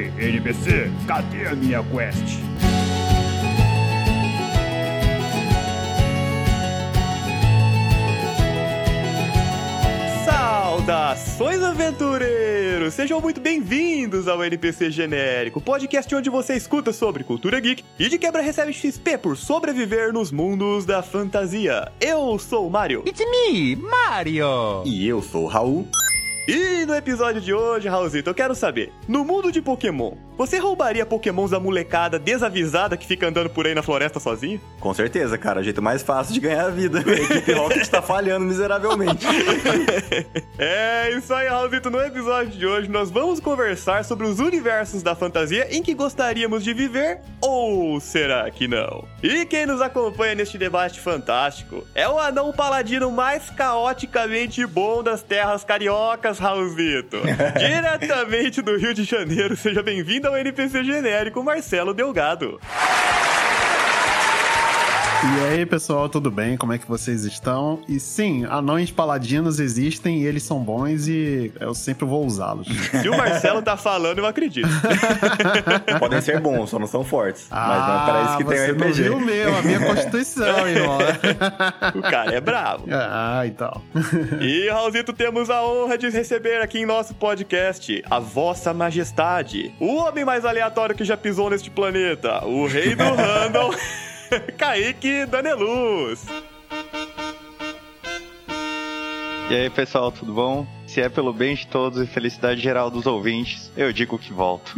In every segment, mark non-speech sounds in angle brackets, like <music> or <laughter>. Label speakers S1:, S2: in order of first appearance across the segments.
S1: NPC, cadê a minha quest?
S2: Saudações, aventureiros! Sejam muito bem-vindos ao NPC Genérico, podcast onde você escuta sobre cultura geek e de quebra recebe XP por sobreviver nos mundos da fantasia. Eu sou o Mario.
S3: It's me, Mario!
S4: E eu sou o Raul.
S2: E no episódio de hoje, Raulzito, eu quero saber: no mundo de Pokémon, você roubaria Pokémons da molecada desavisada que fica andando por aí na floresta sozinho?
S4: Com certeza, cara. O jeito mais fácil de ganhar a vida. <laughs> A equipe Rocket tá falhando miseravelmente.
S2: é isso aí, Raulzito. No episódio de hoje, nós vamos conversar sobre os universos da fantasia em que gostaríamos de viver, ou será que não? E quem nos acompanha neste debate fantástico é o anão paladino mais caoticamente bom das terras cariocas, Raulzito. Diretamente do Rio de Janeiro, seja bem-vindo ao NPC genérico Marcelo Delgado.
S5: E aí, pessoal, tudo bem? Como é que vocês estão? E sim, anões paladinos existem e eles são bons e eu sempre vou
S4: <laughs>
S5: usá-los.
S2: Se o Marcelo tá falando, eu acredito.
S4: Podem ser bons, só não são fortes. Ah, mas não é para isso que tem o RPG.
S5: Não viu meu, a minha
S4: <laughs>
S5: constituição, irmão.
S2: o cara é bravo.
S5: Ah, então.
S2: e, Raulzito, temos a honra de receber aqui em nosso podcast a Vossa Majestade, o homem mais aleatório que já pisou neste planeta, o rei do Randall. <laughs> Kaique Daneluz.
S6: E aí, pessoal, tudo bom? Se é pelo bem de todos e felicidade geral dos ouvintes, eu digo que volto.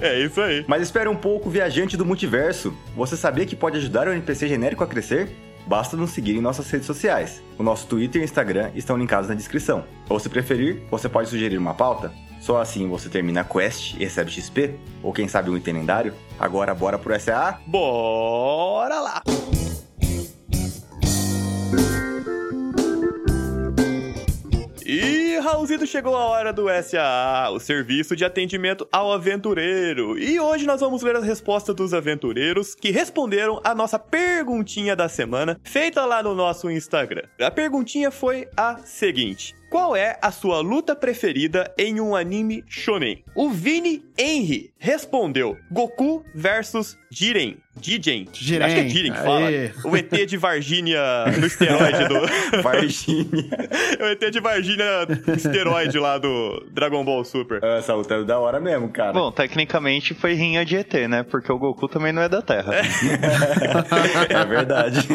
S2: é isso aí.
S4: Mas espere um pouco, viajante do multiverso. Você sabia que pode ajudar o NPC genérico a crescer? Basta nos seguir em nossas redes sociais. O nosso Twitter e Instagram estão linkados na descrição. Ou se preferir, você pode sugerir uma pauta, só assim você termina a quest e recebe XP, ou quem sabe um item lendário. Agora bora pro
S2: <laughs>
S4: SA?
S2: Bora lá! E Raulzito chegou a hora do SAA, o serviço de atendimento ao aventureiro. E hoje nós vamos ver as respostas dos aventureiros que responderam a nossa perguntinha da semana, feita lá no nosso Instagram. A perguntinha foi a seguinte: qual é a sua luta preferida em um anime shonen? O Vini Henry respondeu: Goku versus Jiren. Jiren.
S5: Jiren.
S2: Acho que é Jiren que fala.
S5: Aê.
S2: O ET de Varginha no esteroide
S5: <laughs>
S2: do.
S4: Varginha.
S2: <laughs> o ET de Varginha esteroide lá do Dragon Ball Super.
S4: Essa luta é da hora mesmo, cara.
S6: Bom, tecnicamente foi rinha de ET, né? Porque o Goku também não é da Terra.
S4: <laughs> é verdade.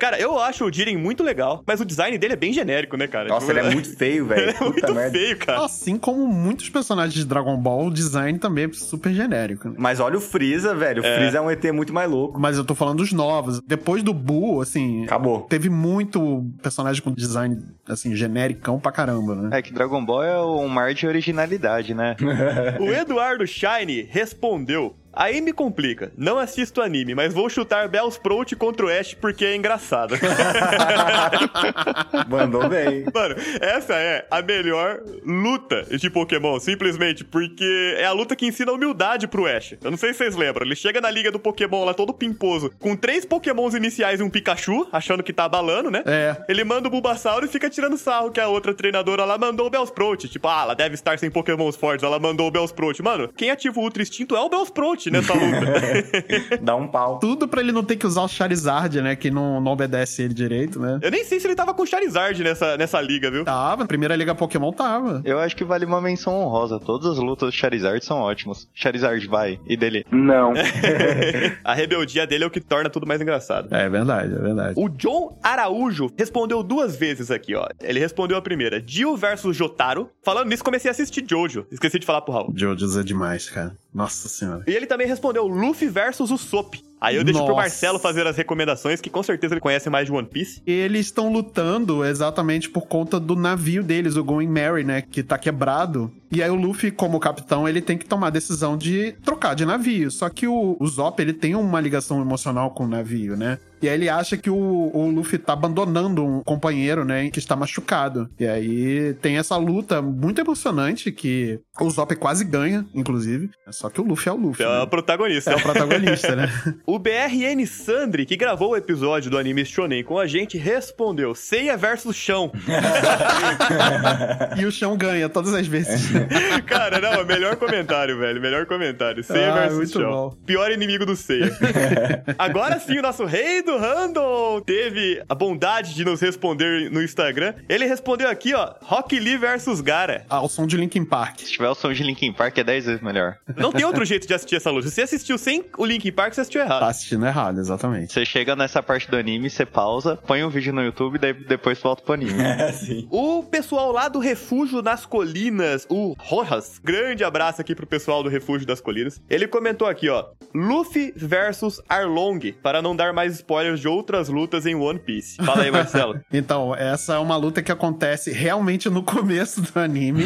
S2: Cara, eu acho o Jiren muito legal, mas o design dele é bem genérico, né, cara?
S4: Nossa,
S2: Tipo,
S4: ele
S2: <laughs>
S4: é muito feio, velho.
S2: ele é
S4: Puta
S2: muito
S4: merda.
S2: feio, cara.
S5: Assim como muitos personagens de Dragon Ball, o design também é super genérico. Né?
S4: Mas olha o Freeza, velho. O Freeza é um ET muito mais louco.
S5: Mas eu tô falando dos novos. Depois do Buu, assim,
S4: Acabou.
S5: teve muito personagem com design, assim, genericão pra caramba, né?
S6: É que Dragon Ball é um mar de originalidade, né?
S2: O Eduardo Shine respondeu. Aí me complica. Não assisto anime, mas vou chutar Bells Prout contra o Ash porque é engraçado. <laughs>
S4: Mandou bem.
S2: Mano, essa é a melhor luta de Pokémon, simplesmente porque é a luta que ensina humildade pro Ash. Eu não sei se vocês lembram, ele chega na liga do Pokémon lá todo pimposo, com três Pokémons iniciais e um Pikachu, achando que tá abalando, né?
S5: É.
S2: Ele manda o Bulbasauro e fica tirando sarro que a outra treinadora lá mandou o Bellsprout. Tipo, ah, ela deve estar sem Pokémons fortes, ela mandou o Bellsprout. Mano, quem ativa o Ultra Instinto é o Bellsprout nessa luta. <laughs>
S4: Dá um pau.
S5: Tudo pra ele não ter que usar o Charizard, né? Que não, não obedece ele direito, né?
S2: Eu nem sei se ele tava com Charizard nessa, nessa liga, viu?
S5: Tava, na primeira liga Pokémon tava.
S6: Eu acho que vale uma menção honrosa. Todas as lutas do Charizard são ótimas. Charizard vai. E dele.
S4: Não.
S2: <laughs> a rebeldia dele é o que torna tudo mais engraçado.
S5: É verdade, é verdade.
S2: O John Araújo respondeu duas vezes aqui, ó. Ele respondeu a primeira, Jill versus Jotaro. Falando nisso, comecei a assistir Jojo. Esqueci de falar pro Raul.
S5: Jojos é demais, cara. Nossa senhora.
S2: E ele também respondeu Luffy versus o Sop. Aí eu deixo pro
S5: Nossa.
S2: Marcelo fazer as recomendações, que com certeza ele conhece mais de One Piece.
S5: Eles estão lutando exatamente por conta do navio deles, o Going Mary, né? Que tá quebrado. E aí o Luffy, como capitão, ele tem que tomar a decisão de trocar de navio. Só que o, o Zop, ele tem uma ligação emocional com o navio, né? E aí ele acha que o, o Luffy tá abandonando um companheiro, né? Que está machucado. E aí tem essa luta muito emocionante que o Zop quase ganha, inclusive. Só que o Luffy é o Luffy.
S2: Então é
S5: né?
S2: o protagonista.
S5: É o protagonista, né?
S2: <laughs> O BRN Sandri, que gravou o episódio do anime Shonen com a gente, respondeu: Ceia versus chão.
S5: E o chão ganha todas as vezes.
S2: <laughs> Cara, não, é melhor comentário, velho. Melhor comentário. Seiya
S5: Ah,
S2: versus
S5: muito
S2: Chão.
S5: bom.
S2: Pior inimigo do Seiya.
S5: <laughs>
S2: Agora sim, o nosso rei do random teve a bondade de nos responder no Instagram. Ele respondeu aqui, ó, Rock Lee versus Gara.
S5: <laughs> Ao som de Linkin Park.
S6: Se tiver o som de Linkin Park, é 10 vezes melhor.
S2: Não tem outro jeito de assistir essa luta. Se você assistiu sem o Linkin Park, você assistiu
S5: Tá
S2: errado.
S5: assistindo errado, exatamente.
S6: Você chega nessa parte do anime, você pausa, põe um vídeo no YouTube, daí depois volta pro anime.
S4: É, sim.
S2: O pessoal lá do Refúgio nas Colinas, o Rojas, grande abraço aqui pro pessoal do Refúgio das Colinas. Ele comentou aqui, ó: Luffy versus Arlong, para não dar mais spoilers de outras lutas em One Piece. Fala aí, Marcelo.
S5: Então, essa é uma luta que acontece realmente no começo do anime,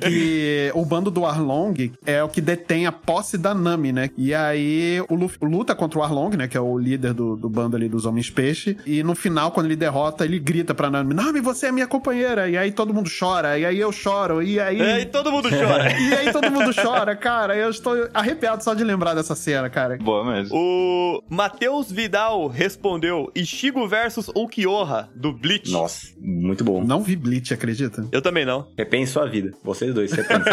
S5: que o bando do Arlong é o que detém a posse da Nami, né? E aí o Luffy luta contra o Arlong, né, que é o líder do, do bando ali dos Homens Peixe, e no final, quando ele derrota, ele grita pra Nami, Nami, você é minha companheira! E aí todo mundo chora, e aí eu choro, e aí...
S2: É, e todo mundo chora.
S5: E aí todo mundo chora, cara, eu estou arrepiado só de lembrar dessa cena, cara.
S6: Boa mesmo.
S2: O Matheus Vidal respondeu: Ishigo versus Ukiyoha, do Bleach.
S4: Nossa, muito bom.
S5: Não vi Bleach, acredita?
S2: Eu também não.
S4: Repense sua vida. Vocês dois, repense.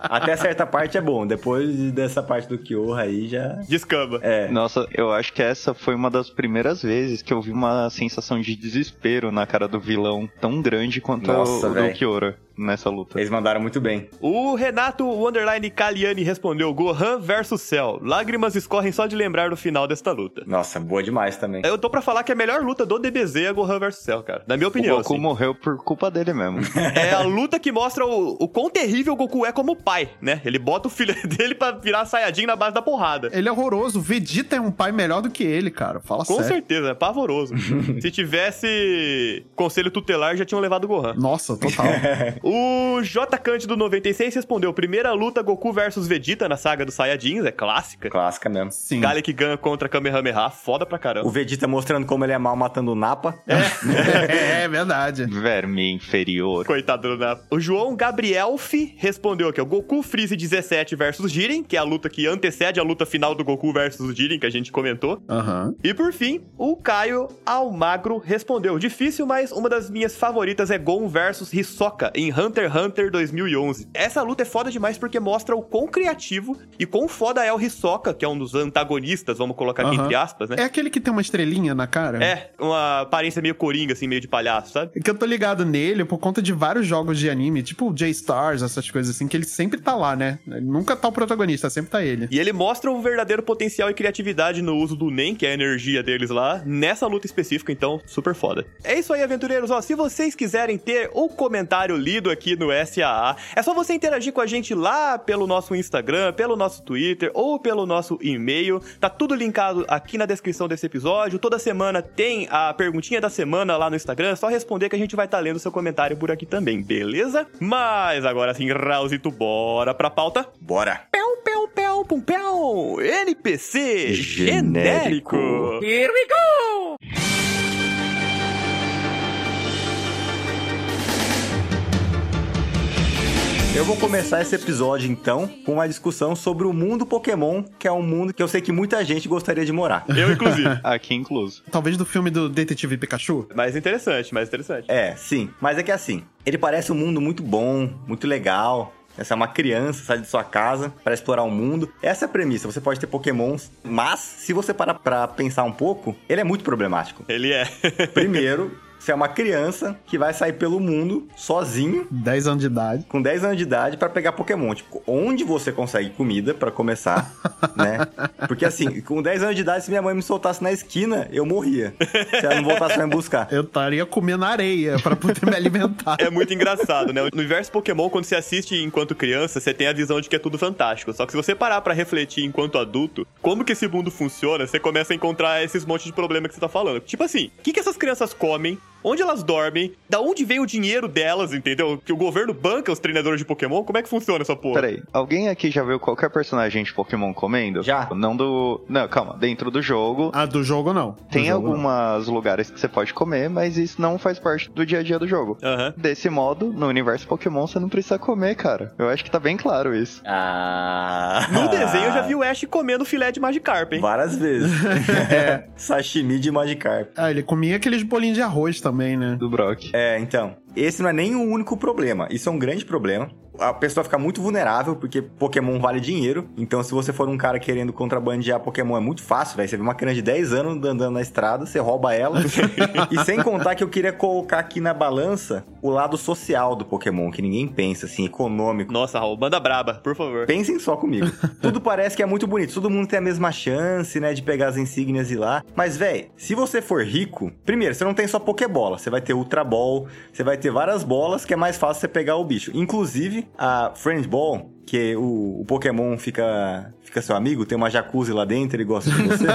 S4: Até certa parte é bom. Depois dessa parte do Kyoha aí já.
S2: Descamba.
S4: É.
S6: Nossa, eu acho que essa foi uma das primeiras vezes que eu vi uma sensação de desespero na cara do vilão tão grande quanto
S4: Nossa,
S6: o do
S4: véi.
S6: Kiora nessa luta.
S4: Eles mandaram muito bem.
S2: O Renato o Underline Caliani respondeu: Gohan versus Cell. Lágrimas escorrem só de lembrar do final desta luta.
S4: Nossa, boa demais também.
S2: Eu tô pra falar que é a melhor luta do DBZ é Gohan versus Cell, cara. Na minha
S6: o
S2: opinião.
S6: Goku
S2: assim.
S6: morreu por culpa
S5: <laughs>
S6: dele mesmo.
S2: É a luta que mostra o, o quão terrível o Goku é como pai, né? Ele bota o filho <laughs> dele pra virar Saiyajin na base da porrada.
S5: Ele é horroroso, Vegeta é um pai melhor do que ele, cara, fala
S2: Com
S5: sério.
S2: certeza, é
S6: <laughs>
S2: pavoroso. Se tivesse conselho tutelar, já tinham levado o Gohan.
S5: Nossa,
S2: <laughs>
S5: total.
S6: É.
S2: O J. Cândido 96 respondeu: primeira luta Goku versus Vegeta na saga dos Saiyajins, é clássica.
S4: Clássica mesmo.
S5: Sim.
S2: Galek Gun contra Kamehameha, foda pra
S4: O
S2: caramba.
S4: Vegeta mostrando como ele é mal matando o Napa.
S5: <laughs> é, é verdade.
S6: Verme inferior.
S2: Coitado do Napa. O João Gabriel Fi respondeu aqui, ó. Goku Freeze 17 versus Jiren, que é a luta que antecede a luta final do Goku versus o Jiren, que a gente comentou.
S5: Aham.
S2: E por fim, o Caio Almagro respondeu: Difícil, mas uma das minhas favoritas é Gon versus Hisoka em Hunter x Hunter 2011. Essa luta é foda demais porque mostra o quão criativo e quão foda é o Hisoka, que é um dos antagonistas, vamos colocar aqui
S5: Aham.
S2: entre aspas, né?
S5: É aquele que tem uma estrelinha na cara?
S2: É, uma aparência meio coringa, assim, meio de palhaço, sabe?
S5: Que eu tô ligado nele por conta de vários jogos de anime, tipo J-Stars, essas coisas assim, que ele sempre tá lá, né? Ele nunca tá o protagonista, sempre tá ele.
S2: E ele mostra o verdadeiro potencial e criatividade no uso do NEM, que é a energia deles lá, nessa luta específica, então, super foda. É isso aí, aventureiros. Ó, se vocês quiserem ter um comentário lido aqui no SAA, é só você interagir com a gente lá pelo nosso Instagram, pelo nosso Twitter ou pelo nosso e-mail. Tá tudo linkado aqui na descrição desse episódio. Toda semana tem a perguntinha da semana lá no Instagram. É só responder que a gente vai estar lendo seu comentário por aqui também, beleza? Mas agora sim, Raulzito, bora pra pauta.
S4: Bora!
S2: Pel, pel, pel, pum, pel. NPC genérico.
S4: Genérico. Eu vou começar esse episódio então com uma discussão sobre o mundo Pokémon, que é um mundo que eu sei que muita gente gostaria de morar.
S2: Eu, inclusive. <laughs>
S6: Aqui incluso.
S5: Talvez do filme do Detetive Pikachu?
S2: mais interessante, mais interessante.
S4: É, sim. Mas é que assim, ele parece um mundo muito bom, muito legal. Essa é uma criança, sai de sua casa para explorar o mundo. Essa é a premissa. Você pode ter pokémons, mas se você parar pra pensar um pouco, ele é muito problemático.
S2: Ele é. <laughs>
S4: Primeiro, você é uma criança que vai sair pelo mundo sozinho,
S5: 10 anos de idade.
S4: com 10 anos de idade, pra pegar Pokémon. Tipo, onde você consegue comida pra começar, né? Porque assim, com 10 anos de idade, se minha mãe me soltasse na esquina, eu morria. Se ela não voltasse pra me buscar.
S5: Eu estaria comendo areia pra poder me <laughs> alimentar.
S2: É muito engraçado, né? No universo Pokémon, quando você assiste enquanto criança, você tem a visão de que é tudo fantástico. Só que se você parar pra refletir enquanto adulto, como que esse mundo funciona, você começa a encontrar esses montes de problema que você tá falando. Tipo assim, o que, que essas crianças comem? onde elas dormem, da onde vem o dinheiro delas, entendeu? Que o governo banca os treinadores de Pokémon, como é que funciona essa porra?
S6: Peraí, alguém aqui já viu qualquer personagem de Pokémon comendo? Tipo,
S4: Já.
S6: Não do. Não, calma. Dentro do jogo.
S5: Ah, do jogo não. Do
S6: Tem
S5: jogo, não.
S6: alguns lugares que você pode comer, mas isso não faz parte do dia a dia do jogo.
S2: Aham.
S6: Desse modo, no universo Pokémon, você não precisa comer, cara. Eu acho que tá bem claro isso.
S4: Ah.
S2: Num desenho eu já vi o Ash comendo filé de Magikarp, hein?
S4: Várias vezes. É. Sashimi de Magikarp.
S5: Ah, ele comia aqueles bolinhos de arroz também, né?
S6: Do Brock.
S4: É, então. Esse não é nem o único problema. Isso é um grande problema. A pessoa fica muito vulnerável, porque Pokémon vale dinheiro. Então, se você for um cara querendo contrabandear Pokémon, é muito fácil, velho. Você vê uma criança de 10 anos andando na estrada, você rouba ela. e sem contar que eu queria colocar aqui na balança o lado social do Pokémon, que ninguém pensa, assim, econômico.
S2: Nossa, Raul, manda braba, por favor.
S4: Pensem só
S5: <laughs>
S4: comigo. Tudo parece que é muito bonito. Todo mundo tem a mesma chance, né? De pegar as insígnias e ir lá. Mas, véi, se você for rico, primeiro, você não tem só Pokébola. Você vai ter Ultra Ball, você vai ter várias bolas que é mais fácil você pegar o bicho. Inclusive, a Friend Ball. Que o, o Pokémon fica, fica seu amigo, tem uma jacuzzi lá dentro, ele gosta
S5: <laughs>
S4: de você.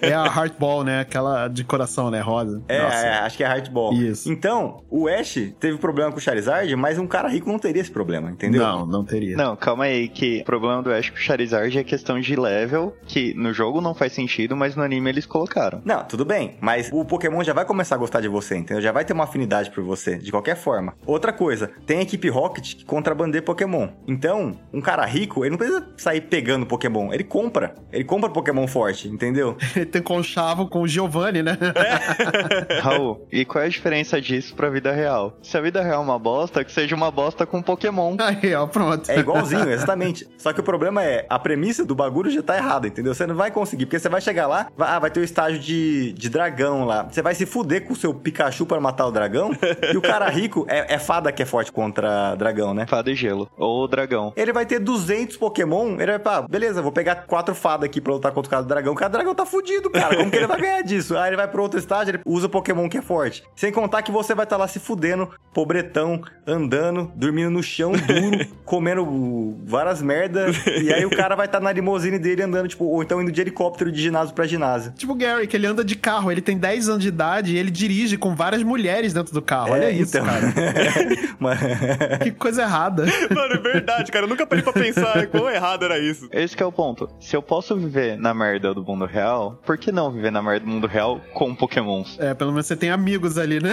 S5: É a Heartball, né? Aquela de coração, né? Rosa.
S4: É,
S5: Nossa.
S4: é, acho que é Heartball.
S5: Isso.
S4: Então, o Ash teve problema com o Charizard, mas um cara rico não teria esse problema, entendeu?
S5: Não, não teria.
S6: Não, calma aí, que o problema do Ash com o Charizard é questão de level, que no jogo não faz sentido, mas no anime eles
S4: <laughs>
S6: colocaram.
S4: Não, tudo bem, mas o Pokémon já vai começar a gostar de você, entendeu? Já vai ter uma afinidade por você, de qualquer forma. Outra coisa, tem a equipe Rocket que contrabandeia Pokémon. Então, um cara rico, ele não precisa sair pegando Pokémon, ele compra. Ele compra Pokémon forte, entendeu?
S5: Ele tem conchavo com o Giovanni, né? <laughs>
S6: Raul, e qual é a diferença disso pra vida real? Se a vida real é uma bosta, que seja uma bosta com Pokémon.
S5: Aí, ó, pronto.
S4: É igualzinho, exatamente. Só que o problema é, a premissa do bagulho já tá errada, entendeu? Você não vai conseguir, porque você vai chegar lá, vai, ah, vai ter o estágio de, de dragão lá. Você vai se fuder com o seu Pikachu pra matar o dragão. e o cara rico é, é fada que é forte contra dragão, né?
S6: Fada e gelo. Ou dragão.
S4: Ele vai ter 200 Pokémon, ele vai, pá, beleza, vou pegar quatro fadas aqui pra lutar contra o cara do dragão. O cara do dragão tá fudido, cara. Como que <laughs> ele vai ganhar disso? Aí ele vai pro outro estágio, ele usa o Pokémon que é forte. Sem contar que você vai estar lá se fudendo, pobretão, andando, dormindo no chão duro, <laughs> comendo várias merdas. E aí o cara vai estar na limusine dele andando, tipo, ou então indo de helicóptero de ginásio pra <laughs> ginásio.
S5: Tipo o Gary, que ele anda de carro, ele tem 10 anos de idade e ele dirige com várias mulheres dentro do carro. Olha
S4: É,
S5: isso,
S4: então.
S5: cara.
S4: <laughs> Mas-
S5: Que coisa errada.
S2: <laughs> Mano, é verdade, cara. Eu nunca parei pra pensar quão errado era isso.
S6: Esse que é o ponto. Se eu posso viver na merda do mundo real, por que não viver na merda do mundo real com pokémons?
S5: É, pelo menos você tem amigos ali, né?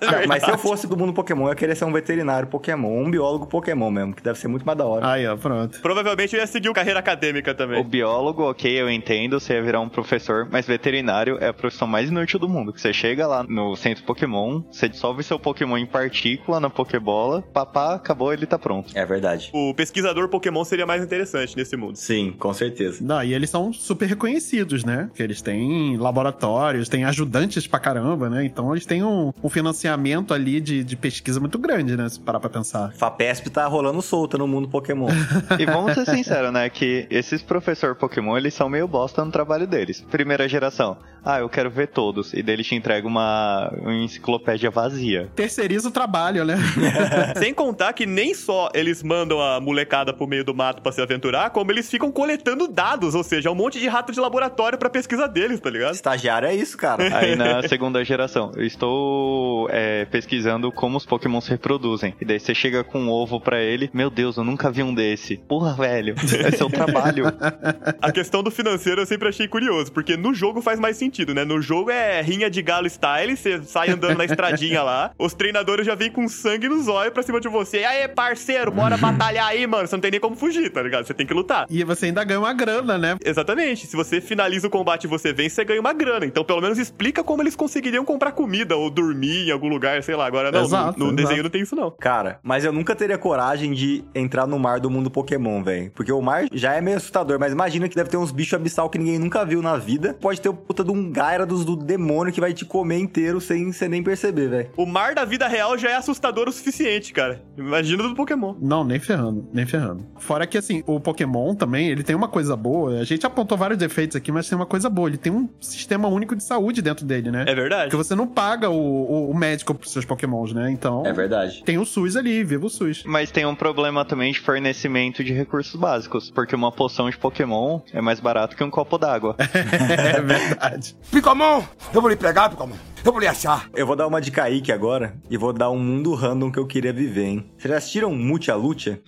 S4: Não, mas se eu fosse do mundo Pokémon, eu queria ser um veterinário Pokémon, um biólogo Pokémon mesmo, que deve ser muito mais da hora.
S5: Aí, ó, pronto.
S2: Provavelmente eu ia seguir carreira acadêmica
S6: O
S2: também.
S6: biólogo, ok, eu entendo, você ia virar um professor, mas veterinário é a profissão mais inútil do mundo. Que você chega lá no centro Pokémon, você dissolve seu Pokémon em partícula na Pokébola, papá, acabou, ele tá pronto.
S4: É verdade.
S2: O pesquisador Pokémon seria mais interessante nesse <laughs> mundo.
S4: Sim, com certeza.
S5: Não, e eles são super reconhecidos, né? Porque eles têm laboratórios, têm ajudantes pra caramba, né? Então eles têm um, um financiamento ali de, de pesquisa muito grande, né? Se parar pra pensar.
S4: FAPESP tá rolando solta no mundo Pokémon.
S6: E vamos ser sinceros, né? Que esses professor Pokémon, eles são meio bosta no trabalho deles. Primeira geração. Ah, eu quero ver todos. E daí ele te entrega uma, uma enciclopédia vazia.
S5: Terceiriza o trabalho, né?
S2: Sem contar que nem só eles mandam a molecada pro meio do mato pra se aventurar, como eles ficam coletando dados, ou seja, é um monte de rato de laboratório pra pesquisa deles, tá ligado?
S4: Estagiário é isso, cara.
S6: Aí na segunda geração, eu estou é, pesquisando como os Pokémon se reproduzem. E daí você chega com um ovo pra ele. Meu Deus, eu nunca vi um desse. Porra, velho. É seu trabalho.
S2: A questão do financeiro eu sempre achei curioso, porque no jogo faz mais sentido, né? No jogo é rinha de galo style, você sai andando na estradinha
S5: <laughs>
S2: lá, os treinadores já vêm com sangue nos olhos pra cima de você. Aê, parceiro, bora
S5: Uhum.
S2: batalhar aí, mano. Você não tem nem como fugir, tá ligado? Você tem que lutar.
S5: E você ainda ganha uma grana, né?
S2: Exatamente. Se você finaliza o combate e você vence, você ganha uma grana. Então, pelo menos explica como eles conseguiriam comprar comida ou dormir em algum lugar, sei lá. Agora não,
S5: Exato,
S2: no, no
S5: exato.
S2: desenho não tem isso não.
S4: Cara, mas eu nunca teria coragem de entrar no mar do mundo Pokémon, velho. Porque o mar já é meio assustador, mas imagina que deve ter uns bichos abissal que ninguém nunca viu na vida. Pode ter o puta de um Gyarados do demônio que vai te comer inteiro sem você nem perceber, velho.
S2: O mar da vida real já é assustador o suficiente, cara. Imagina do Pokémon.
S5: Não, nem ferrando, nem ferrando. Fora que, assim, o Pokémon também, ele tem uma coisa boa. A gente apontou vários defeitos aqui, mas tem uma coisa boa. Ele tem um sistema único de saúde dentro dele, né? <laughs>
S2: É verdade.
S5: Porque você não paga o, o, o médico pros seus pokémons, né? Então,
S4: É verdade.
S5: tem o SUS ali, viva
S2: <laughs>
S5: o SUS.
S6: Mas tem um problema também de fornecimento de recursos básicos, porque uma poção de Pokémon é mais barato que um copo d'água.
S5: é verdade.
S1: Picomon! Eu vou lhe pegar, Picomon. Eu vou lhe achar.
S4: Eu vou dar uma de Kaique agora e vou dar um mundo random que eu queria viver, hein? Vocês já assistiram Mute a Lucha?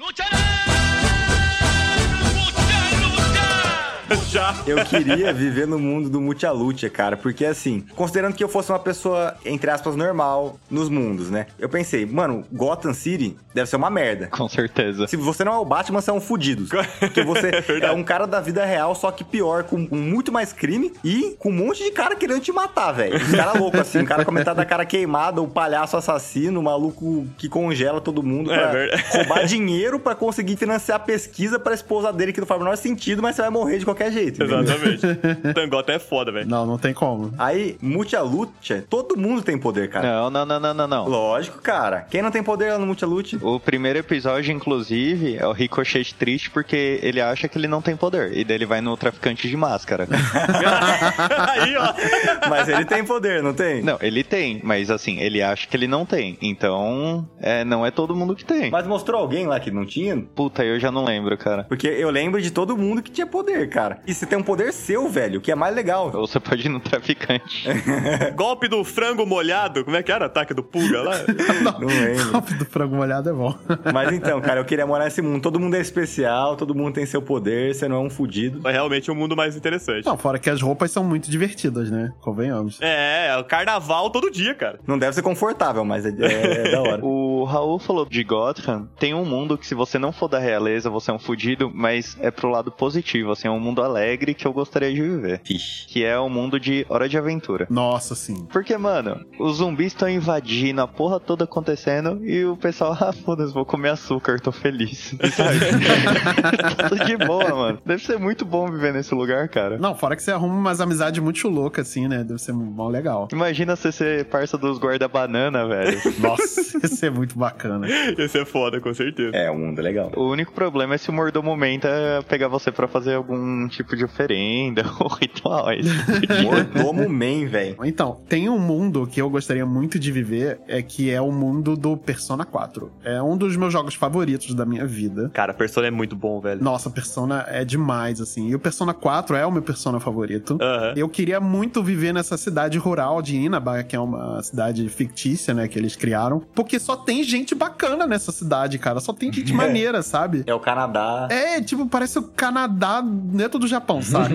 S2: Já.
S4: Eu queria viver no mundo do Multialucha, cara, porque assim, considerando que eu fosse uma pessoa, entre aspas, normal nos mundos, né? Eu pensei, mano, Gotham City deve ser uma merda.
S6: Com certeza.
S4: Se você não é o Batman, você é
S2: <laughs>
S4: um fudido. Porque você é um cara da vida real, só que pior, com com muito mais crime e com um monte de cara querendo te matar, velho. Os cara louco, assim, um cara com a metade da cara queimada, o palhaço assassino, o maluco que congela todo mundo
S2: É
S4: pra
S2: verdade.
S4: roubar dinheiro pra conseguir financiar a pesquisa pra esposa dele, que não faz o menor sentido, mas você vai morrer de qualquer jeito. entendeu?
S2: Exatamente. Tangota é foda, velho.
S5: Não, não tem como.
S4: Aí, Multialute, todo mundo tem poder, cara.
S6: Não, não, não, não, não, não.
S4: Lógico, cara. Quem não tem poder lá
S2: <laughs>
S4: no Multialute?
S6: O primeiro episódio, inclusive, é o Ricochet triste porque ele acha que ele não tem poder. E daí ele vai no traficante de máscara.
S2: Aí, ó.
S4: Mas ele tem poder, não tem?
S6: não, ele tem, mas assim, ele acha que ele não tem. Então, é, não é todo mundo que tem.
S4: Mas mostrou alguém lá que não tinha?
S6: Puta, eu já não lembro, cara.
S4: Porque eu lembro de todo mundo que tinha poder, cara. E você tem um poder seu, velho, que é mais legal.
S6: Ou você <laughs> pode ir no traficante.
S2: Golpe do frango molhado. Como é que era? Ataque do pulga lá?
S5: <laughs>
S4: Não lembro.
S5: Copo do frango molhado é bom.
S4: Mas então, cara, eu queria morar nesse mundo. Todo mundo é especial, todo mundo tem seu poder, você não é um fudido.
S2: É realmente um mundo mais interessante.
S5: Não, fora que as roupas são muito divertidas, né? Convenhamos.
S2: É, é o carnaval todo dia, cara. <laughs>
S4: Não deve ser confortável, mas é, é- é da hora.
S6: O Raul falou de Gotham. Tem um mundo que, se você não for da realeza, você é um fudido, mas é pro lado positivo, assim, é um mundo alegre que eu gostaria de viver.
S4: Ixi.
S6: Que é o mundo de Hora de Aventura.
S5: Nossa, sim.
S6: Porque, mano, os zumbis estão invadindo, a porra toda acontecendo, e o pessoal, <laughs> ah, foda-se, vou comer açúcar, tô feliz. <laughs> Sabe? Tudo de boa, mano. Deve ser muito bom viver nesse lugar, cara.
S5: Não, fora que você arruma umas amizades muito loucas, assim, né? Deve ser mó legal.
S6: Imagina você ser parça dos
S2: <laughs>
S6: guarda-banana, velho.
S5: Nossa, <laughs> isso é muito bacana.
S2: Esse é foda, com certeza.
S4: <laughs> É, o mundo é legal.
S6: O único problema é se o mordomomento é pegar você pra fazer algum tipo de oferenda <laughs> ou ritual. é isso.
S4: Mordomo Man, velho.
S5: Então, tem um mundo que eu gostaria muito de viver, é que é o mundo do Persona 4. É um dos meus jogos favoritos da minha vida.
S2: Cara, a Persona é muito bom, velho.
S5: Nossa, Persona é demais, assim. E o Persona 4 é o meu Persona favorito.
S2: Aham.
S5: Eu queria muito viver nessa cidade rural de Inaba, que é uma cidade fictícia, né, que eles criaram. Porque só tem gente bacana nessa cidade, cara. Só
S2: <laughs>
S5: tem gente maneira, sabe?
S4: É o Canadá.
S5: É, tipo, parece o Canadá dentro do
S2: <laughs>
S5: Japão, sabe?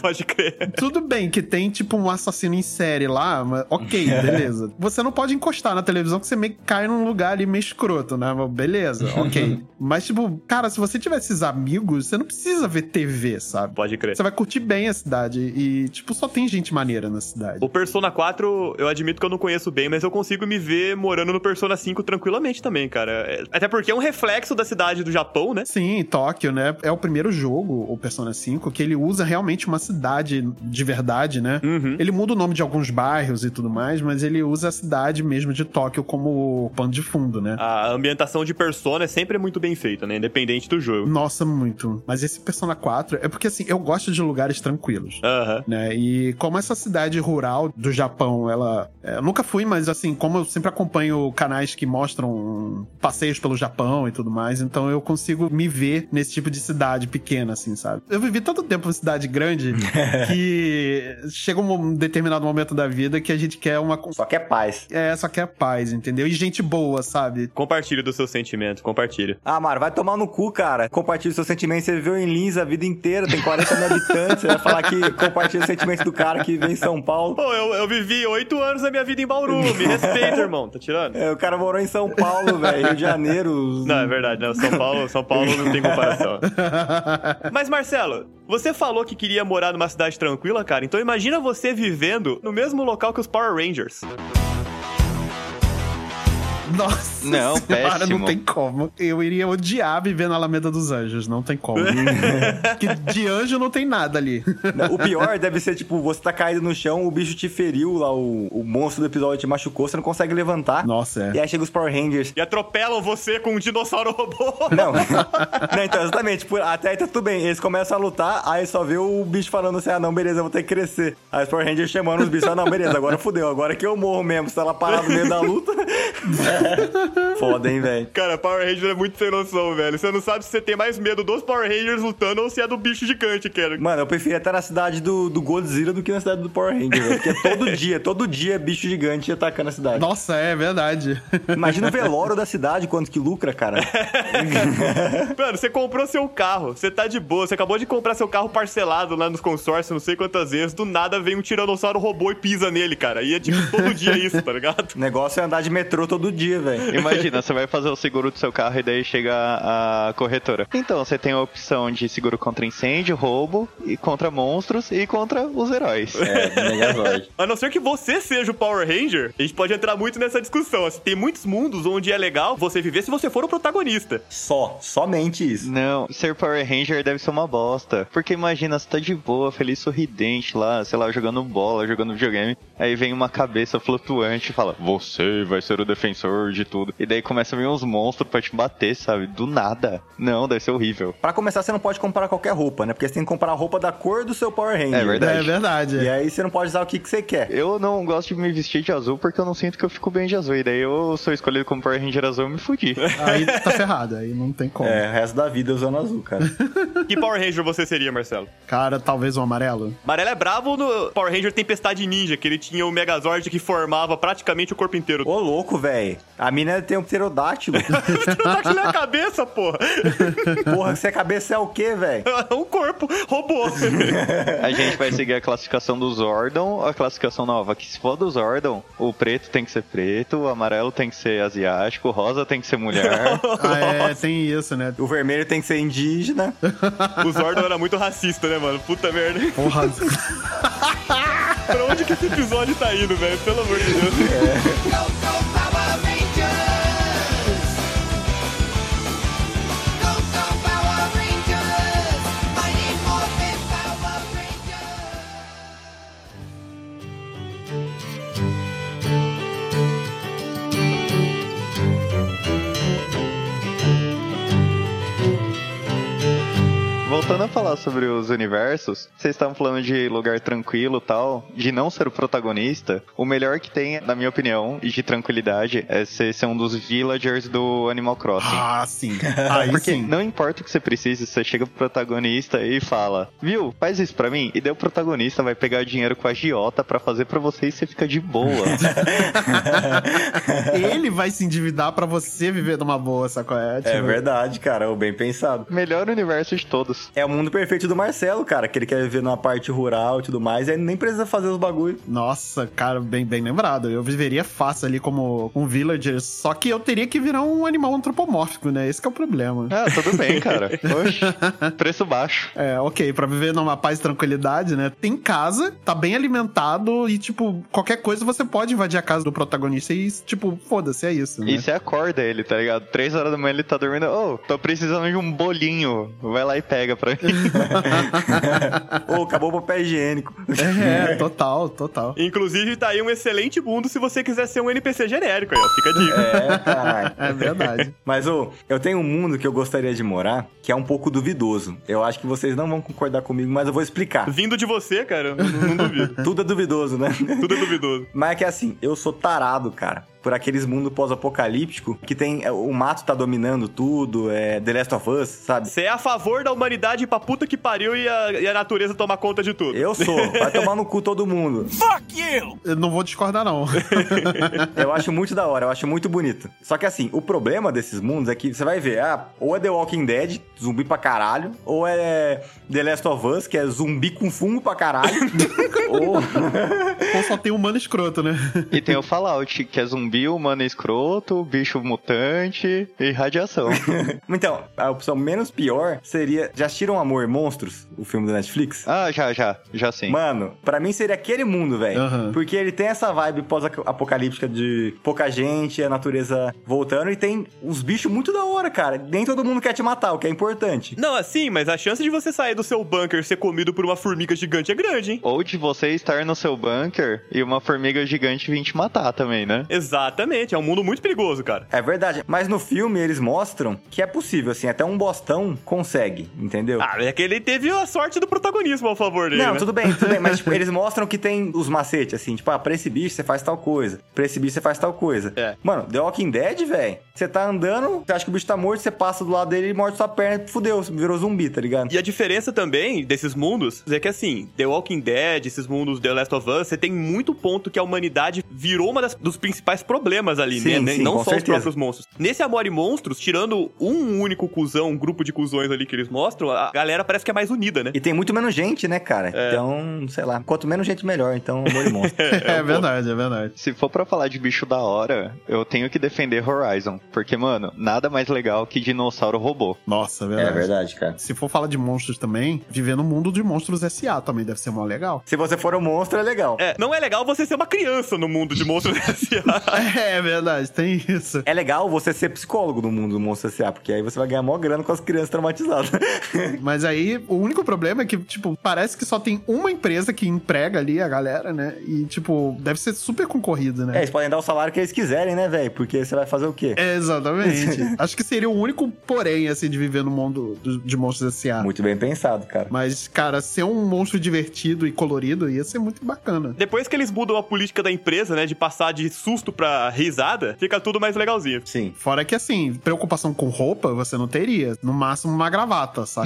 S2: Pode crer.
S5: Tudo bem que tem, tipo, um assassino em série lá, mas
S2: <laughs>
S5: ok, beleza. Você não pode encostar na televisão que você meio que cai num lugar ali meio escroto, né? Mas
S2: <laughs>
S5: Beleza, ok. mas, tipo, cara, se você tiver esses amigos, você não precisa ver TV, sabe?
S2: Pode crer.
S5: Você vai curtir bem a cidade e, tipo, só tem gente maneira na cidade.
S2: O Persona 4, eu admito que eu não conheço bem, mas eu consigo me ver morando no Persona 5 tranquilamente também, cara. É- Até porque é um reflexo da cidade do Japão, né?
S5: Sim, Tóquio, né? É o primeiro jogo, o Persona 5, que ele usa realmente uma cidade de verdade, né?
S2: Uhum.
S5: Ele muda o nome de alguns bairros e tudo mais, mas ele usa a cidade mesmo de Tóquio como pano de fundo, né?
S2: A ambientação de Persona é sempre muito bem feita, né? Independente do jogo.
S5: Nossa, muito. Mas esse Persona 4 é porque assim, eu gosto de lugares tranquilos.
S2: Aham.
S5: Né? E como essa cidade rural do Japão, ela. é, eu nunca fui, mas assim, como eu sempre acompanho canais que mostram passeios pelo Japão e tudo mais, então eu consigo me ver nesse tipo de cidade pequena, assim, sabe? Eu vivi tanto tempo em cidade grande que chega um determinado momento da vida que a gente quer uma. cons-
S4: Só que é paz.
S5: É, só quer paz, entendeu? E gente boa, sabe?
S2: Compartilhe do seu sentimento, compartilhe.
S4: Ah, mano, vai tomar no cu, cara. Compartilha os seus sentimentos. Você viveu em Lins a vida inteira, tem 40 mil habitantes. Você vai falar que compartilha os sentimentos do cara que vem em São Paulo.
S2: Pô, eu, eu vivi oito anos da minha vida em Bauru, me respeita, irmão, tá tirando?
S4: É, o cara morou em São Paulo, velho, Rio de Janeiro.
S2: Não, é verdade, não. São Paulo, São Paulo não tem comparação. Mas, Marcelo, você falou que queria morar numa cidade tranquila, cara, então imagina você vivendo no mesmo local que os Power Rangers.
S5: Nossa
S6: Não,
S5: senhora, não
S6: péssimo.
S5: tem como. Eu iria odiar viver na Alameda dos Anjos, não tem como. que de anjo não tem nada ali. <laughs>
S4: Não, o pior deve ser, tipo, você tá caído no chão, o bicho te feriu lá, o, o monstro do episódio te machucou, você não consegue levantar.
S5: Nossa,
S4: E
S5: é.
S4: aí chega os Power Rangers.
S2: E atropelam você com um dinossauro robô. <laughs>
S4: Não. <laughs> não, então, exatamente. Tipo, até aí tá tudo bem. Eles começam a lutar, aí só vê o bicho falando assim: ah, não, beleza, eu vou ter que crescer. Aí os Power Rangers chamando os bichos: ah, não, beleza, agora fudeu, agora que eu morro mesmo. Se ela parar no meio da luta. <laughs> Foda, hein, velho.
S2: Cara, Power Ranger é muito sem noção, velho. Você não sabe se você tem mais medo dos Power Rangers lutando ou se é do bicho gigante, cara. <laughs>
S4: Mano, eu prefiro estar na cidade do, do Godzilla do que na cidade do Power Ranger, velho. Porque é todo dia, todo dia é bicho gigante atacando a cidade.
S5: Nossa, é verdade.
S4: Imagina o velório da cidade, quanto que lucra, <laughs> cara.
S2: Mano, você comprou seu carro, você tá de boa, você acabou de comprar seu carro parcelado lá nos consórcios, não sei quantas vezes, do nada vem um tiranossauro robô e pisa nele, cara. E é tipo todo dia isso, tá ligado?
S4: O negócio é andar de metrô todo dia, velho.
S6: Imagina, você vai fazer o seguro do seu carro e daí chega a, a corretora. Então, você tem a opção de seguro contra incêndio, roubo, e contra monstros e contra os heróis.
S4: É, Megazord.
S2: A não ser que você seja o Power Ranger, a gente pode entrar muito nessa discussão. Assim, tem muitos mundos onde é legal você viver se você for o protagonista.
S4: Só, somente isso.
S6: Não, ser Power Ranger deve ser uma bosta. Porque imagina, você tá de boa, feliz, sorridente lá, sei lá, jogando bola, jogando videogame. Aí vem uma cabeça flutuante e fala: Você vai ser o defensor de tudo. E daí começa a vir uns monstros pra te bater, sabe? Do nada. Não, deve ser horrível.
S4: Pra começar, você não pode comprar qualquer roupa, né? Porque você tem que comprar a roupa da cor do seu Power Ranger.
S6: É verdade.
S5: É verdade.
S4: E aí você não pode usar o que, que você quer.
S6: Eu não gosto de me vestir de azul porque eu não sinto que eu fico bem de azul. E daí eu sou escolhido como Power Ranger azul e me fudi.
S5: Aí tá ferrado, aí não tem como.
S4: É, o resto da vida usando azul, <laughs> cara.
S2: Que Power Ranger você seria, Marcelo?
S5: Cara, talvez um amarelo.
S2: Marelo é bravo no Power Ranger Tempestade Ninja, que ele tinha o Megazord que formava praticamente o corpo inteiro. <laughs>
S4: Ô, louco, velho. A mina tem um pterodátilo.
S2: tá aqui na cabeça, porra! <laughs>
S4: Porra, você cabeça é o quê, velho?
S2: Um corpo, robô. <laughs>
S6: A gente vai seguir a classificação do Zordon, a classificação nova. Que se for do Zordon, o preto tem que ser preto, o amarelo tem que ser asiático, o rosa tem que ser mulher.
S5: Ah, é, tem isso, né?
S4: O vermelho tem que ser <laughs> indígena.
S2: O Zordon era muito racista, né, mano? Puta merda.
S5: Porra.
S2: Pra onde que esse episódio tá indo, velho? Pelo amor de Deus.
S7: Go, go, Power Rangers! Go, go, Power Rangers! Mighty Morphin Power Rangers!
S6: Voltando a falar sobre os universos, vocês estavam falando de lugar tranquilo e tal, de não ser o protagonista. O melhor que tem, na minha opinião, e de tranquilidade, é você ser um dos villagers do Animal Crossing.
S5: Ah, sim. Aí
S6: Porque <laughs>
S5: sim.
S6: assim, não importa o que você precise, você chega pro protagonista e fala, viu, faz isso pra mim, e daí o protagonista vai pegar dinheiro com a giota pra fazer pra você e você fica de boa.
S5: Ele vai se endividar pra você viver numa boa, sacou? É,
S4: É
S5: tipo,
S4: verdade, cara. Ô, bem pensado.
S6: Melhor universo de todos.
S4: É o mundo perfeito do Marcelo, cara, que ele quer viver numa parte rural e tudo mais, e aí nem precisa fazer os bagulho.
S5: Nossa, cara, bem, bem lembrado. Eu viveria fácil ali como um villager, só que eu teria que virar um animal antropomórfico, né? Esse que é o problema.
S6: Ah, tudo bem, cara. Oxe, preço baixo.
S5: É, ok, pra viver numa paz e tranquilidade, né? Tem casa, tá bem alimentado e, tipo, qualquer coisa você pode invadir a casa do protagonista e, tipo, foda-se, é isso. <laughs> Né?
S6: E você acorda ele, tá ligado? Três horas da manhã ele tá dormindo. Ô, tô precisando de um bolinho. Vai lá e pega pra mim.
S4: Ô, acabou o papel higiênico.
S5: É, total, total.
S2: Inclusive, tá aí um excelente mundo se você quiser ser um NPC genérico, aí, ó. Fica a dica.
S4: <laughs> É, caralho.
S5: <laughs> É verdade.
S4: Mas, ô, eu tenho um mundo que eu gostaria de morar que é um pouco duvidoso. Eu acho que vocês não vão concordar comigo, mas eu vou explicar.
S2: Vindo de você, cara, eu não, não duvido.
S4: Tudo é duvidoso, <laughs> né?
S2: Tudo é duvidoso.
S4: Mas é que assim, eu sou tarado, cara. Por aqueles mundos pós-apocalíptico que tem. é, O mato tá dominando tudo, é The Last of Us, sabe?
S2: Você é a favor da humanidade ir pra puta que pariu e a, e a natureza tomar conta de tudo.
S4: Eu sou, vai tomar no cu todo mundo.
S5: Eu não vou discordar, não.
S4: Eu acho muito da hora, eu acho muito bonito. Só que assim, o problema desses mundos é que você vai ver, ah, ou é The Walking Dead, zumbi pra caralho, ou é The Last of Us, que é zumbi com fungo pra caralho, ou.
S5: Ou só tem humano escroto, né?
S6: E tem o Fallout, que é zumbi zumbi, humano escroto, bicho mutante e radiação.
S4: <laughs> Então, a opção menos pior seria. Já tiram Amor e Monstros, o filme da Netflix?
S6: ah, já, já, já sim.
S4: Mano, pra mim seria aquele mundo, velho.
S5: Aham.
S4: Porque ele tem essa vibe pós-apocalíptica de pouca gente, a natureza voltando e tem uns bichos muito da hora, cara. Nem todo mundo quer te matar, o que é importante.
S2: Não, assim, mas a chance de você sair do seu bunker e ser comido por uma formiga gigante é grande, hein?
S6: Ou de você estar no seu bunker e uma formiga gigante vir te matar também, né?
S2: Exatamente, é um mundo muito perigoso, cara.
S4: É verdade, mas no filme eles mostram que é possível, assim, até um bostão consegue, entendeu?
S2: Ah, é que ele teve a sorte do protagonismo ao favor dele.
S4: Não,
S2: né?
S4: tudo bem, tudo bem, mas tipo,
S2: <laughs>
S4: eles mostram que tem os macetes, assim, tipo, ah, pra esse bicho você faz tal coisa, pra esse bicho você faz tal coisa.
S2: É.
S4: Mano, The Walking Dead, velho, você tá andando, você acha que o bicho tá morto, você passa do lado dele, ele morde sua perna, fudeu, você virou zumbi, tá ligado?
S2: E a diferença também desses mundos é que, assim, The Walking Dead, esses mundos The Last of Us, você tem muito ponto que a humanidade virou uma das, dos principais problemas ali,
S4: Sim,
S2: né?
S4: sim,
S2: Não
S4: com
S2: só
S4: certeza.
S2: os próprios monstros. Nesse Amor e Monstros, tirando um único cuzão, um grupo de cuzões ali que eles mostram, a galera parece que é mais unida, né?
S4: E tem muito menos gente, né, cara?
S2: É.
S4: Então, sei lá, quanto menos gente, melhor. Então, amor e monstro.
S5: <laughs> É, verdade, é verdade.
S6: Se for pra falar de bicho da hora, eu tenho que defender Horizon. Porque, mano, nada mais legal que dinossauro robô.
S5: Nossa, é
S4: <laughs> é
S5: verdade.
S4: verdade, cara.
S5: Se for falar de monstros também, viver no mundo de monstros SA também deve ser mó legal.
S4: Se você for um monstro, é legal.
S2: É, não é legal você ser uma criança no mundo de monstros <laughs> S.A.
S5: <laughs> É verdade, tem isso.
S4: É legal você ser psicólogo no mundo do Monstro S.A., porque aí você vai ganhar mó grana com as crianças traumatizadas. <laughs>
S5: Mas aí, o único problema é que, tipo, parece que só tem uma empresa que emprega ali a galera, né? E, tipo, deve ser super concorrido,
S4: é,
S5: né?
S4: eles podem dar o salário que eles quiserem, né, velho? Porque você vai fazer o quê?
S5: É,
S4: <laughs>
S5: exatamente. Acho que seria o único porém, assim, de viver no mundo do- de monstros S.A.
S4: Muito bem pensado, cara.
S5: Mas, cara, ser um monstro divertido e colorido ia ser muito bacana.
S2: Depois que eles mudam a política da empresa, né, de passar de susto pra risada, fica tudo mais legalzinho.
S4: Sim.
S5: Fora que, assim, preocupação com roupa você não teria. No máximo, uma gravata,
S4: <laughs>
S5: saca?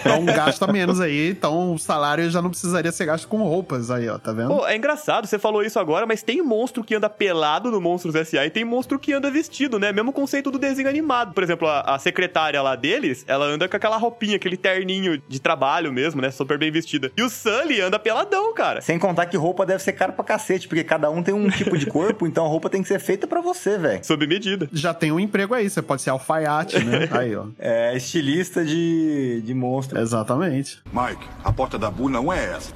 S5: então, gasta menos aí. Então, o salário já não precisaria ser gasto com roupas aí, ó. Tá vendo?
S2: Pô, é engraçado, você falou isso agora, mas tem monstro que anda pelado no Monstros S.A. e tem monstro que anda vestido, né? Mesmo conceito do desenho animado. Por exemplo, a, a secretária lá deles, ela anda com aquela roupinha, aquele terninho de trabalho mesmo, né? Super bem vestida. E o Sully anda peladão, cara.
S4: Sem contar que roupa deve ser cara pra cacete, porque cada um tem um tipo de corpo, <laughs> então a roupa tem que ser feita pra você, velho.
S2: Sob medida.
S5: já tem um emprego aí, você pode ser alfaiate,
S2: <laughs>
S5: né? Aí, ó.
S4: É, estilista de, de monstro.
S5: Exatamente.
S1: Mike, a porta da Bu não é essa.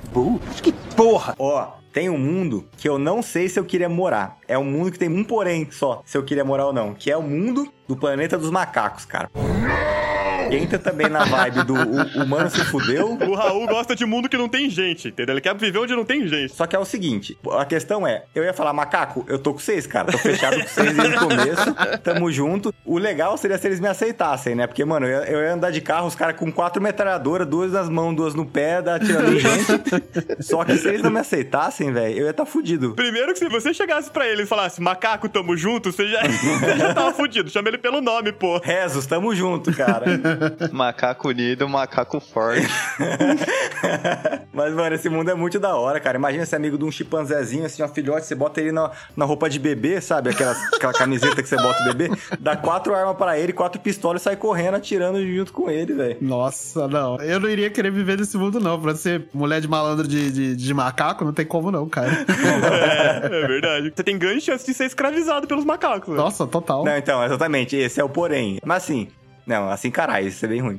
S4: Ó, tem um mundo que eu não sei se eu queria morar. É um mundo que tem um porém só, se eu queria morar ou não. Que é o mundo do planeta dos macacos, cara. Entra também na vibe do o, humano se fudeu.
S2: O Raul gosta de mundo que não tem gente, entendeu? Ele quer viver onde não tem gente.
S4: Só que é o seguinte, a questão é, eu ia falar, macaco, eu tô com vocês, cara. Tô fechado com vocês desde o começo, tamo junto. O legal seria se eles me aceitassem, né? Porque, mano, eu, eu ia andar de carro, os caras com quatro metralhadoras, duas nas mãos, duas no pé, dá atirando em gente. Só que se eles não me aceitassem, velho, eu ia tá fudido.
S2: Primeiro que se você chegasse pra ele e falasse, macaco, tamo junto, você já, <laughs> você já tava fudido. Chama ele pelo nome, pô.
S4: Rezos, tamo junto, cara. <laughs>
S6: macaco unido, macaco forte.
S4: Mas, mano, esse mundo é muito da hora, cara. Imagina ser amigo de um chimpanzézinho, assim, um filhote, você bota ele na, na roupa de bebê, sabe? Aquelas, aquela camiseta que você bota o bebê, dá quatro armas pra ele, quatro pistolas e sai correndo, atirando junto com ele, velho.
S5: Nossa, não. Eu não iria querer viver nesse mundo, não. Pra ser mulher de malandro de, de, de macaco, não tem como,
S2: <laughs>
S5: não, cara.
S2: É, é verdade. Você tem grande chance de ser escravizado pelos macacos. né?
S5: Nossa, total.
S4: Não, então, exatamente, esse é o porém. Mas assim. Não, assim, caralho, isso é bem ruim.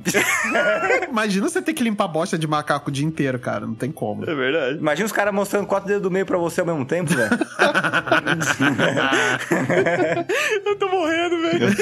S5: Imagina você ter que limpar bosta de macaco o dia inteiro, cara. Não tem como.
S2: É verdade.
S4: Imagina os caras mostrando quatro dedos do meio pra você ao mesmo tempo, velho.
S2: Eu tô morrendo, velho.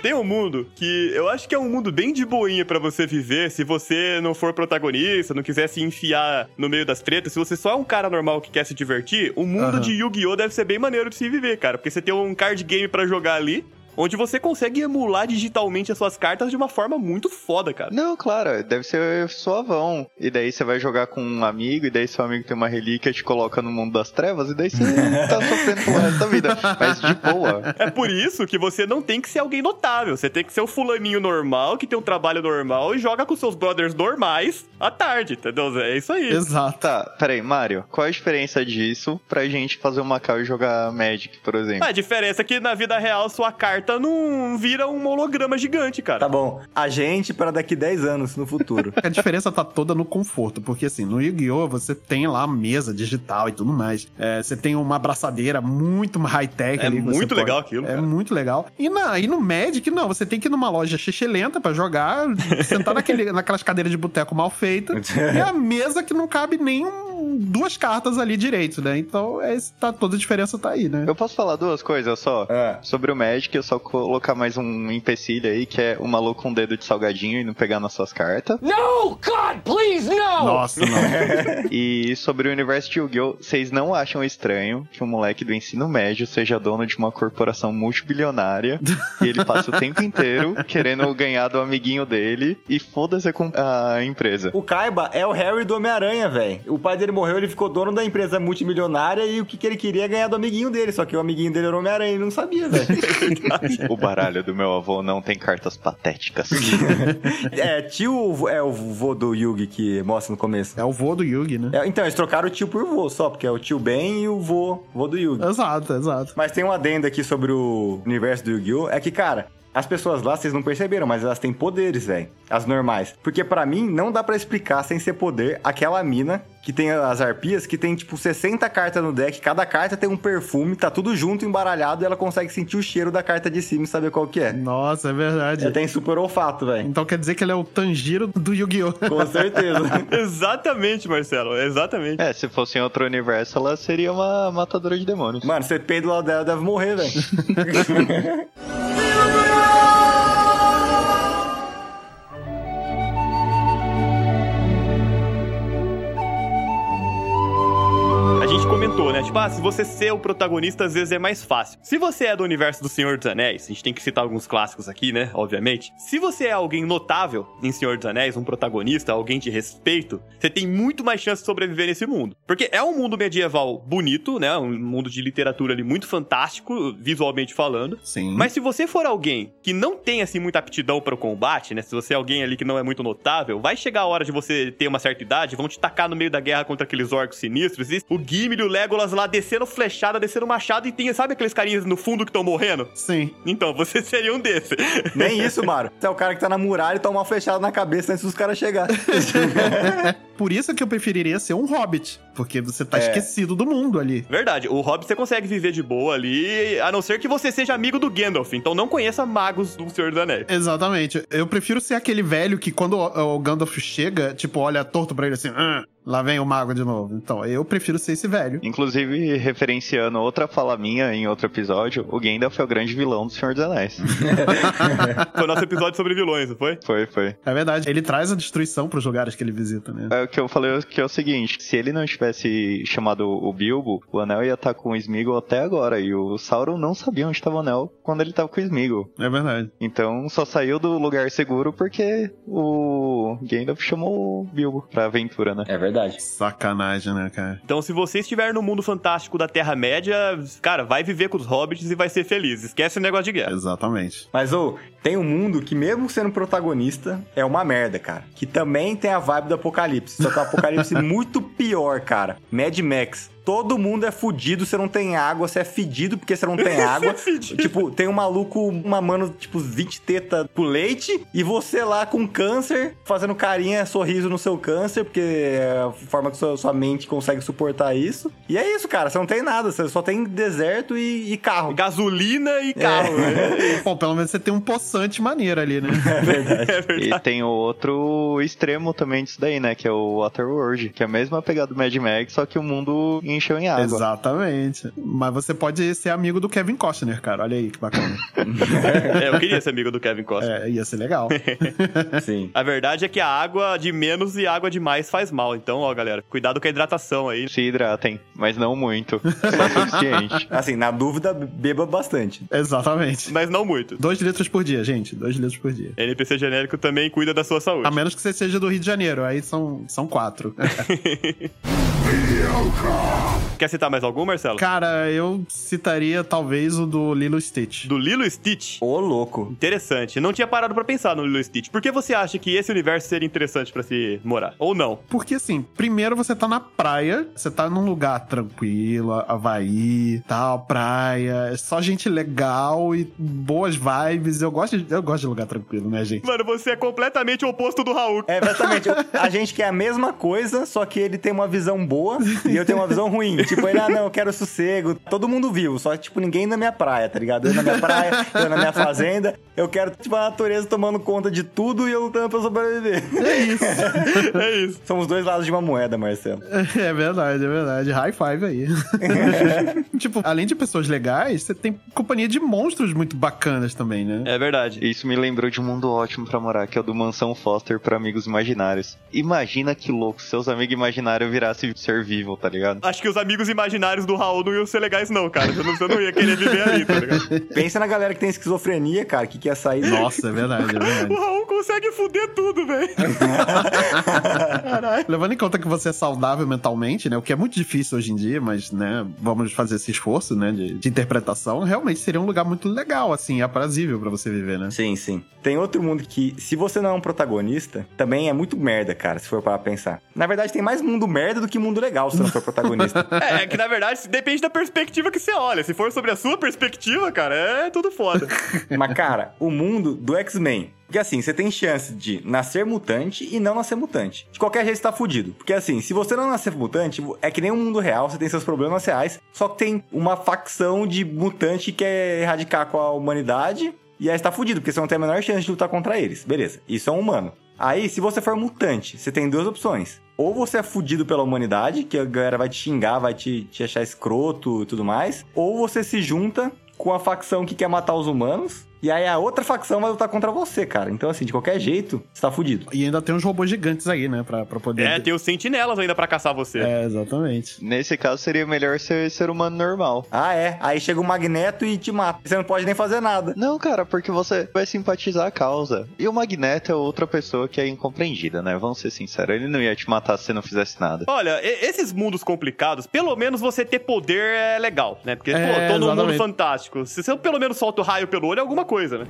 S2: Tem um mundo que eu acho que é um mundo bem de boinha pra você viver se você não for protagonista, não quiser se enfiar no meio das tretas, se você só é um cara normal que quer se divertir, o mundo
S5: Aham.
S2: de Yu-Gi-Oh! deve ser bem maneiro de se viver, cara, porque você tem um card game pra jogar ali, onde você consegue emular digitalmente as suas cartas de uma forma muito foda, cara.
S6: Não, claro, deve ser suavão. E daí você vai jogar com um amigo, e daí seu amigo tem uma relíquia, te coloca no mundo das trevas, e daí você tá sofrendo pelo resto da vida. Mas de boa.
S2: É
S5: <laughs>
S2: por isso que você não tem que ser alguém notável. Você tem que ser um fulaninho normal, que tem um trabalho normal e joga com seus brothers normais à tarde, entendeu? É isso aí.
S5: Exato.
S6: Tá, peraí, Mário, qual a diferença disso pra gente fazer um Macau e jogar Magic, por exemplo?
S2: A diferença é que na vida real sua carta porta não vira um holograma gigante, cara.
S4: Tá bom. A gente para daqui 10 anos no futuro.
S5: A diferença tá toda no conforto, porque assim, no Yu-Gi-Oh! você tem lá a mesa digital e tudo mais. É, você tem uma abraçadeira muito high-tech
S2: É
S5: ali. que você
S2: muito
S5: pode-
S2: legal aquilo,
S5: É
S2: cara.
S5: muito legal. E, na, e no Magic, não, você tem que ir numa loja lenta pra jogar, sentar naquele, <laughs> naquelas cadeiras de boteco
S2: <laughs>
S5: mal feitas, e a mesa que não cabe nem um- duas cartas ali direito, né? Então, é, esse- tá, toda a diferença tá aí, né?
S6: Eu posso falar duas coisas só?
S4: É.
S6: Sobre o Magic, eu só colocar mais um empecilho aí, que é o maluco com um dedo de salgadinho e não pegar nas suas cartas.
S5: Nossa, não.
S6: E sobre o universo de Yu-Gi-Oh!, vocês não acham estranho que um moleque do ensino médio seja dono de uma corporação multibilionária e ele passa o tempo inteiro querendo ganhar do amiguinho dele e foda-se com a empresa?
S4: O Kaiba é o Harry do Homem-Aranha, velho. O pai dele morreu, ele ficou dono da empresa multimilionária e o que, que ele queria é ganhar do amiguinho dele. Só que o amiguinho dele era o Homem-Aranha e ele não sabia, velho.
S6: O baralho do meu avô não tem cartas patéticas.
S4: é, tio é o vô do Yugi que mostra no começo.
S5: É o vô do Yugi, né?
S4: É, então, eles trocaram o tio por vô só, porque é o tio Ben e o vô, vô do Yugi.
S5: Exato, exato.
S4: Mas tem um adendo aqui sobre o universo do Yu-Gi-Oh! É que, cara, as pessoas lá, vocês não perceberam, mas elas têm poderes, velho. As normais. Porque pra mim, não dá pra explicar sem ser poder aquela mina que tem as arpias, que tem, tipo, 60 cartas no deck. Cada carta tem um perfume, tá tudo junto, embaralhado, e ela consegue sentir o cheiro da carta de cima e saber qual que é.
S5: Nossa, é verdade.
S4: Ela tem super olfato, velho.
S5: Então quer dizer que ele é o Tanjiro do Yu-Gi-Oh!
S4: Com certeza.
S2: Exatamente, Marcelo, exatamente.
S6: É, se fosse em outro universo, ela seria uma matadora de demônios.
S4: Mano, você peido lá dela, deve morrer, velho.
S2: A gente comentou, né? Tipo, ah, se você ser o protagonista, às vezes é mais fácil. Se você é do universo do Senhor dos Anéis, a gente tem que citar alguns clássicos aqui, né? Obviamente. Se você é alguém notável em Senhor dos Anéis, um protagonista, alguém de respeito, você tem muito mais chance de sobreviver nesse mundo. Porque é um mundo medieval bonito, né? Um mundo de literatura ali muito fantástico, visualmente falando.
S5: Sim.
S2: Mas se você for alguém que não tem assim muita aptidão para o combate, né? Se você é alguém ali que não é muito notável, vai chegar a hora de você ter uma certa idade, vão te tacar no meio da guerra contra aqueles orcos sinistros, e o Gimli e o Legolas lá descendo flechada, descendo machado e tem, sabe aqueles carinhas no fundo que estão morrendo?
S5: Sim.
S2: Então, <laughs> você seria um desses.
S4: Nem isso, mano. Você é o cara que tá na muralha e toma uma flechada na cabeça antes dos caras chegarem.
S5: Por isso que eu preferiria ser um hobbit, porque você tá
S4: É.
S5: esquecido do mundo ali.
S2: Verdade, o Hobbit você consegue viver de boa ali, a não ser que você seja amigo do Gandalf, então não conheça magos do Senhor dos Anéis.
S5: Exatamente. Eu prefiro ser aquele velho que quando o o Gandalf chega, tipo, olha torto pra ele assim, "Ah, lá vem o mago de novo. Então, eu prefiro ser esse velho.
S6: Inclusive, referenciando outra fala minha em outro episódio, o Gandalf é o grande vilão do Senhor dos Anéis.
S2: Foi o nosso episódio sobre vilões, não foi?
S6: foi, foi.
S5: É verdade, ele traz a destruição pros lugares que ele visita, né?
S6: É o que eu falei que é o seguinte, se ele não tivesse chamado o Bilbo, o Anel ia estar com o Smeagol até agora, e o Sauron não sabia onde estava o Anel quando ele estava com o Smeagol.
S5: É verdade.
S6: Então, só saiu do lugar seguro porque o Gandalf chamou o Bilbo pra aventura, né?
S4: É verdade.
S5: Sacanagem, né, cara?
S2: Então, se você estiver no mundo fantástico da Terra-média, cara, vai viver com os hobbits e vai ser feliz. Esquece o negócio de guerra.
S5: Exatamente.
S4: Mas, ô, tem um mundo que, mesmo sendo protagonista, é uma merda, cara. Que também tem a vibe do apocalipse. Só que o apocalipse muito pior, cara. Mad Max. Todo mundo é fudido, você não tem água, você é fedido porque você não tem água. tipo, tem um maluco mamando, tipo, 20 tetas pro leite e você lá com câncer, fazendo carinha, sorriso no seu câncer, porque é a forma que sua, sua mente consegue suportar isso. E é isso, cara, você não tem nada, você só tem deserto e, e carro.
S2: Gasolina e carro.
S5: <laughs>
S2: né?
S5: Bom, pelo menos você tem um poçante maneiro ali, né?
S2: É verdade.
S6: E tem o outro extremo também disso daí, né? Que é o Waterworld, que é a mesma pegada do Mad Max, só que o mundo encheu em água.
S5: Exatamente. Mas você pode ser amigo do Kevin Costner, cara. Olha aí que bacana.
S2: É, eu queria ser amigo do Kevin Costner.
S5: é, ia ser legal.
S4: Sim.
S2: A verdade é que a água de menos e a água de mais faz mal. Então, ó, galera, cuidado com a hidratação aí.
S6: Se hidratem, mas não muito. Só o
S4: <laughs>
S6: suficiente.
S4: Assim, na dúvida, beba bastante.
S5: Exatamente.
S2: Mas não muito.
S5: Dois litros por dia, gente. Dois litros por dia.
S2: NPC genérico também cuida da sua saúde.
S5: A menos que você seja do Rio de Janeiro, aí são, são quatro.
S2: Quer citar mais algum, Marcelo?
S5: Cara, eu citaria talvez o do Lilo Stitch.
S2: Do Lilo e Stitch.
S4: Ô, louco.
S2: Interessante. Não tinha parado pra pensar no Lilo e Stitch. Por que você acha que esse universo seria interessante pra se morar? Ou não?
S5: Porque assim, primeiro você tá na praia, você tá num lugar tranquilo, Havaí, tal, praia, é só gente legal e boas vibes. Eu gosto de, eu gosto de lugar tranquilo, né, gente? <laughs>
S2: Mano, você é completamente o oposto do Raul.
S4: É, exatamente. A gente quer a mesma coisa, só que ele tem uma visão boa e eu tenho uma visão ruim. Tipo, ele, ah, não, eu quero sossego. Todo mundo viu, só, tipo, ninguém na minha praia, tá ligado? Eu na minha praia, eu na minha fazenda. Eu quero, tipo, a natureza tomando conta de tudo e eu lutando pra sobreviver.
S5: É isso.
S2: É isso.
S4: Somos dois lados de uma moeda, Marcelo.
S5: É verdade, é verdade. High five aí. tipo, além de pessoas legais, você tem companhia de monstros muito bacanas também, né?
S2: É verdade.
S6: Isso me lembrou de um mundo ótimo pra morar, que é o do Mansão Foster pra amigos imaginários. Imagina que louco se seus amigos imaginários virassem ser vivo, tá ligado?
S2: Acho que os amigos imaginários do Raul não iam ser legais, não, cara. Você não, você não ia querer viver ali, tá ligado?
S4: Pensa na galera que tem esquizofrenia, cara, que quer sair.
S5: Nossa, é verdade, é
S2: O
S5: verdade.
S2: Raul consegue fuder tudo, velho.
S5: Levando em conta que você é saudável mentalmente, né? O que é muito difícil hoje em dia, mas, né? Vamos fazer esse esforço, né? De, de interpretação. Realmente seria um lugar muito legal, assim, aprazível pra você viver, né?
S4: Sim, sim. Tem outro mundo que, se você não é um protagonista, também é muito merda, cara, se for para pensar. Na verdade, tem mais mundo merda do que mundo legal se não for protagonista.
S2: É, que na verdade depende da perspectiva que você olha. Se for sobre a sua perspectiva, cara, é tudo foda.
S4: Mas, cara, o mundo do X-Men. Porque assim, você tem chance de nascer mutante e não nascer mutante. De qualquer jeito, você tá fudido. Porque assim, se você não nascer mutante, é que nem o mundo real, você tem seus problemas reais. Só que tem uma facção de mutante que quer erradicar com a humanidade. E aí você tá fudido, porque você não tem a menor chance de lutar contra eles. Beleza, isso é um humano. Aí, se você for mutante, você tem duas opções. Ou você é fudido pela humanidade, que a galera vai te xingar, vai te, te achar escroto e tudo mais. Ou você se junta com a facção que quer matar os humanos. E aí a outra facção vai lutar contra você, cara. Então, assim, de qualquer jeito, você tá fudido.
S5: E ainda tem uns robôs gigantes aí, né? Pra, pra poder.
S2: É, tem os sentinelas ainda pra caçar você.
S5: É, exatamente.
S6: Nesse caso, seria melhor ser ser humano normal.
S4: Ah, é. Aí chega o Magneto e te mata. Você não pode nem fazer nada.
S6: Não, cara, porque você vai simpatizar a causa. E o Magneto é outra pessoa que é incompreendida, né? Vamos ser sinceros, ele não ia te matar se não fizesse nada.
S2: Olha, e- esses mundos complicados, pelo menos você ter poder é legal, né? Porque,
S5: É,
S2: pô, todo mundo
S5: exatamente.
S2: fantástico. Se você pelo menos solta o raio pelo olho, é alguma coisa, né?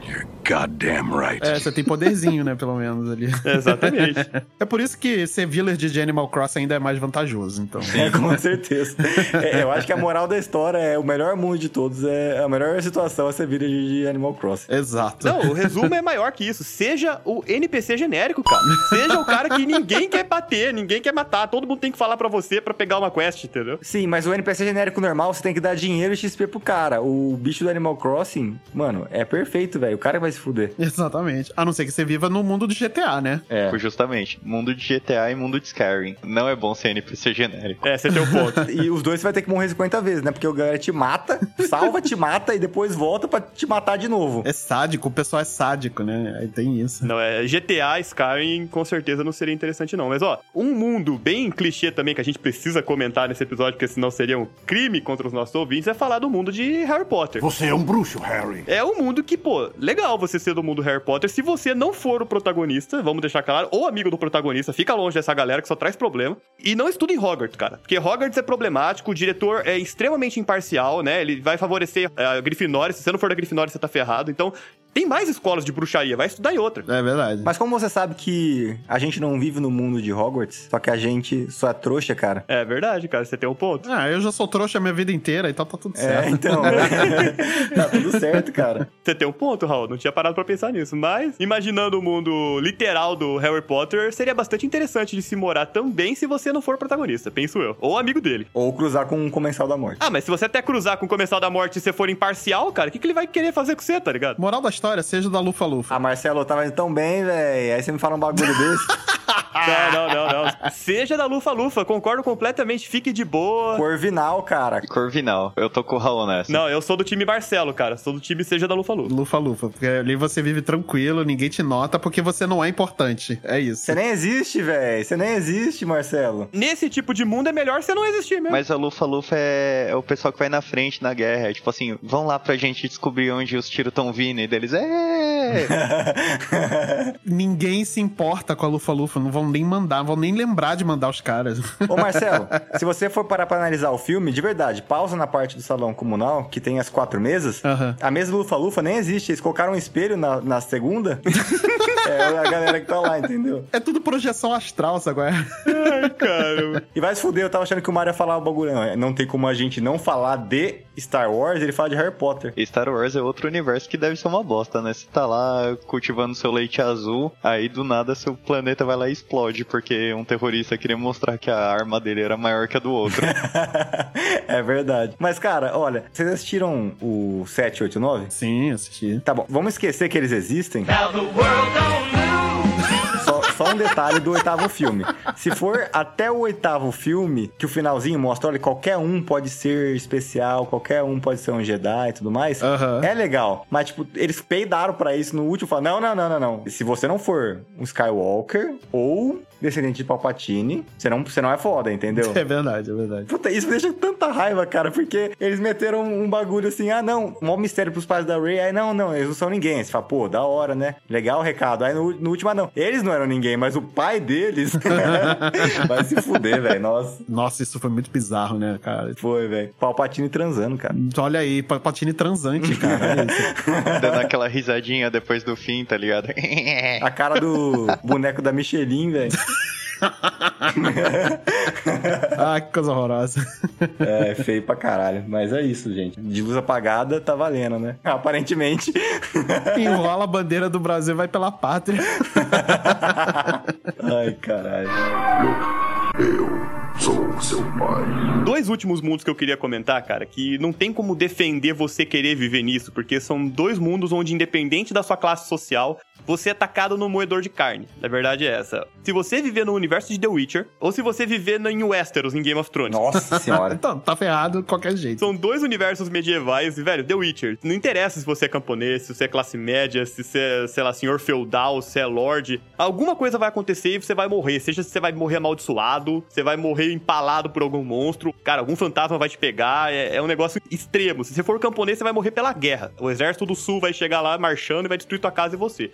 S1: Goddamn right.
S5: É, você tem poderzinho, né? Pelo menos ali.
S2: Exatamente. <laughs>
S5: É por isso que ser villager de Animal Crossing ainda é mais vantajoso, então.
S4: É, com certeza. É, eu acho que a moral da história é o melhor mundo de todos. É a melhor situação é você vira de de Animal Crossing.
S5: Exato.
S2: Não, o resumo é maior que isso. Seja o NPC genérico, cara. Seja o cara que ninguém quer bater, ninguém quer matar. Todo mundo tem que falar pra você pra pegar uma quest, entendeu?
S4: Sim, mas o NPC genérico normal, você tem que dar dinheiro e XP pro cara. O bicho do Animal Crossing, mano, é perfeito, velho. O cara vai se fuder.
S5: Exatamente. A não ser que você viva no mundo do GTA, né?
S4: É.
S6: Foi Tipo, Justamente, mundo de GTA e mundo de Skyrim. Não é bom ser NPC genérico.
S2: É, você tem o ponto.
S4: E os dois você vai ter que morrer 50 vezes, né? Porque o galera te mata, salva, te mata e depois volta pra te matar de novo.
S5: É sádico, o pessoal é sádico, né? Aí tem isso.
S2: Não, é GTA, Skyrim, com certeza não seria interessante, não. Mas, ó, um mundo bem clichê também que a gente precisa comentar nesse episódio, porque senão seria um crime contra os nossos ouvintes, é falar do mundo de Harry Potter.
S1: Você é um bruxo, Harry.
S2: É um mundo que, pô, legal você ser do mundo Harry Potter. Se você não for o protagonista, vamos deixar claro, ou amigo do protagonista, fica longe dessa galera que só traz problema. E não estuda em Hogwarts, cara. Porque Hogwarts é problemático, o diretor é extremamente imparcial, né? Ele vai favorecer é, a Grifinória. Se você não for da Grifinória, você tá ferrado. Então, tem mais escolas de bruxaria, vai estudar em outra.
S5: É verdade.
S4: Mas como você sabe que a gente não vive no mundo de Hogwarts, só que a gente só é trouxa, cara.
S2: É verdade, cara, você tem um ponto.
S5: Ah, eu já sou trouxa a minha vida inteira, então tá tudo
S4: É,
S5: certo.
S4: então. tá tudo certo, cara.
S2: Você tem um ponto, Raul. Não tinha parado pra pensar nisso. Mas, imaginando o mundo literal do Harry Potter, seria bastante interessante de se morar também se você não for o protagonista, penso eu. Ou amigo dele.
S4: Ou cruzar com um comensal da morte.
S2: Ah, mas se você até cruzar com o Comensal da Morte e você for imparcial, cara, o que, que ele vai querer fazer com você, tá
S5: <laughs>
S2: ligado?
S5: Moral da história, seja da Lufa-Lufa.
S4: Ah, Marcelo, eu tava indo tão bem, velho. Aí você me fala um bagulho desse.
S2: Não, não, não, não. Seja da Lufa-Lufa, concordo completamente, fique de boa.
S4: Corvinal, cara.
S6: Corvinal, eu tô com o Raul nessa.
S2: Não, eu sou do time Marcelo, cara. Sou do time Seja da Lufa-Lufa.
S5: Lufa-Lufa, porque ali você vive tranquilo, ninguém te nota, porque você não é importante. É isso.
S4: Você nem existe, velho. Você nem existe, Marcelo. <laughs>
S2: Nesse tipo de mundo é melhor você não existir mesmo.
S6: <laughs> Mas a Lufa Lufa é, é o pessoal que vai na frente na guerra. É tipo assim, vão lá pra gente descobrir onde os tiros
S4: <laughs>
S6: tão vindo. E deles, é!
S5: Ninguém se importa com a Lufa-Lufa, não vão vão nem mandar, vão nem lembrar de mandar os caras. <laughs>
S4: Ô Marcelo, se você for parar pra analisar o filme, de verdade, pausa na parte do salão comunal, que tem as quatro mesas.
S5: Aham.
S4: A mesa Lufa-Lufa nem existe, eles colocaram um espelho na, na segunda. é a galera que tá lá, entendeu?
S5: É tudo projeção astral, sabe? qual é?
S2: Ai, cara.
S4: E vai se fuder, eu tava achando que o Mario ia falar o bagulho. Não, não tem como a gente não falar de Star Wars, ele fala de Harry Potter. <laughs>
S6: Star Wars é outro universo que deve ser uma bosta, né? Você tá lá cultivando seu leite azul, aí do nada seu planeta vai lá e explode, porque um terrorista queria mostrar que a arma dele era maior que a do outro.
S4: é verdade. Mas, cara, olha, vocês assistiram o 789?
S5: Sim, assisti.
S4: Tá bom, vamos esquecer que eles existem. Só, só um detalhe do oitavo filme. Se for até o oitavo filme, que o finalzinho mostra, olha, qualquer um pode ser especial, qualquer um pode ser um Jedi e tudo mais,
S5: Aham.
S4: é legal. Mas, tipo, eles peidaram pra isso no último, falaram, não, não, não, não, não. Se você não for um Skywalker ou descendente de Palpatine, você não, você não é foda, entendeu?
S5: <laughs> É verdade, é verdade.
S4: Puta, isso me deixa com tanta raiva, cara, porque eles meteram um bagulho assim, ah, não, mó mistério pros pais da Ray, aí não, não, eles não são ninguém. Você fala, pô, da hora, né? Legal o recado. Aí no, no último, ah, não, eles não eram ninguém, mas o pai deles <laughs> né? vai se fuder, velho, nossa.
S5: Nossa, isso foi muito bizarro, né, cara? Então,
S4: Foi, velho. Palpatine transando, cara.
S5: Olha aí, Palpatine transante, cara. olha isso.
S6: Dando aquela risadinha depois do fim, tá ligado?
S4: A cara do boneco da Michelin, velho. <laughs>
S5: Ah, que coisa horrorosa.
S4: É, feio pra caralho. Mas é isso, gente. De luz apagada, tá valendo, né? Aparentemente. <laughs>
S5: Enrola a bandeira do Brasil, vai pela pátria.
S4: Ai, caralho.
S1: Eu sou seu pai.
S2: Dois últimos mundos que eu queria comentar, cara, que não tem como defender você querer viver nisso, porque são dois mundos onde, independente da sua classe social, você é atacado no moedor de carne. Na verdade é essa. Se você viver no universo de The Witcher, ou se você viver em Westeros, em Game of Thrones.
S4: Nossa senhora.
S5: Então, tá ferrado de qualquer jeito.
S2: São dois universos medievais, e, velho, The Witcher. Não interessa se você é camponês, se você é classe média, se você é, sei lá, senhor feudal, se é lorde. Alguma coisa vai acontecer e você vai morrer. Seja se você vai morrer amaldiçoado, você vai morrer empalado por algum monstro, cara, algum fantasma vai te pegar. É, é um negócio extremo. Se você for camponês, você vai morrer pela guerra. O exército do sul vai chegar lá marchando e vai destruir tua casa e você.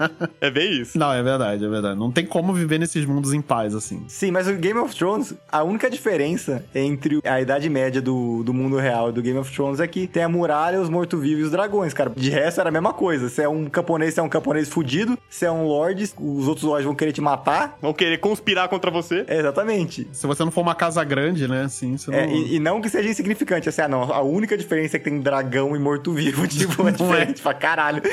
S2: <laughs> é bem isso.
S5: Não, é verdade, é verdade. Não tem como viver nesses mundos em paz, assim.
S4: Sim, mas o Game of Thrones, a única diferença entre a Idade Média do, do mundo real e do Game of Thrones é que tem a muralha, os mortos-vivos e os dragões, cara. De resto, era a mesma coisa. Se é um camponês, você é um camponês fudido. Se é um lorde, os outros lords vão querer te matar.
S2: Vão querer conspirar contra você.
S4: É, exatamente.
S5: Se você não for uma casa grande, né, assim, você não...
S4: É, e, e não que seja insignificante, assim, ah não, a única diferença é que tem dragão e morto-vivo, <laughs> tipo, é diferente pra caralho.
S5: <laughs>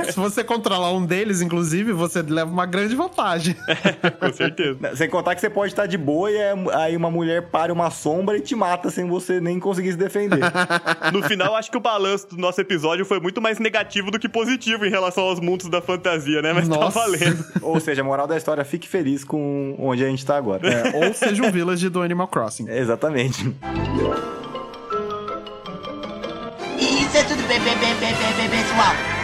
S5: Se você controlar um deles, inclusive, você leva uma grande vantagem.
S2: Com certeza.
S4: Sem contar que você pode estar de boa e é- aí uma mulher para uma sombra e te mata sem você nem conseguir se defender.
S2: No final, acho que o balanço do nosso episódio foi muito mais negativo do que positivo em relação aos mundos da fantasia, né? Mas
S5: Nossa.
S2: tá valendo.
S4: Ou seja, a moral da história, fique feliz com onde a gente tá agora.
S5: É, ou <laughs> seja um village do Animal Crossing.
S4: É. Exatamente.
S7: E isso é tudo bem, bem, bem, bem, bem, bem, pessoal.
S2: <laughs>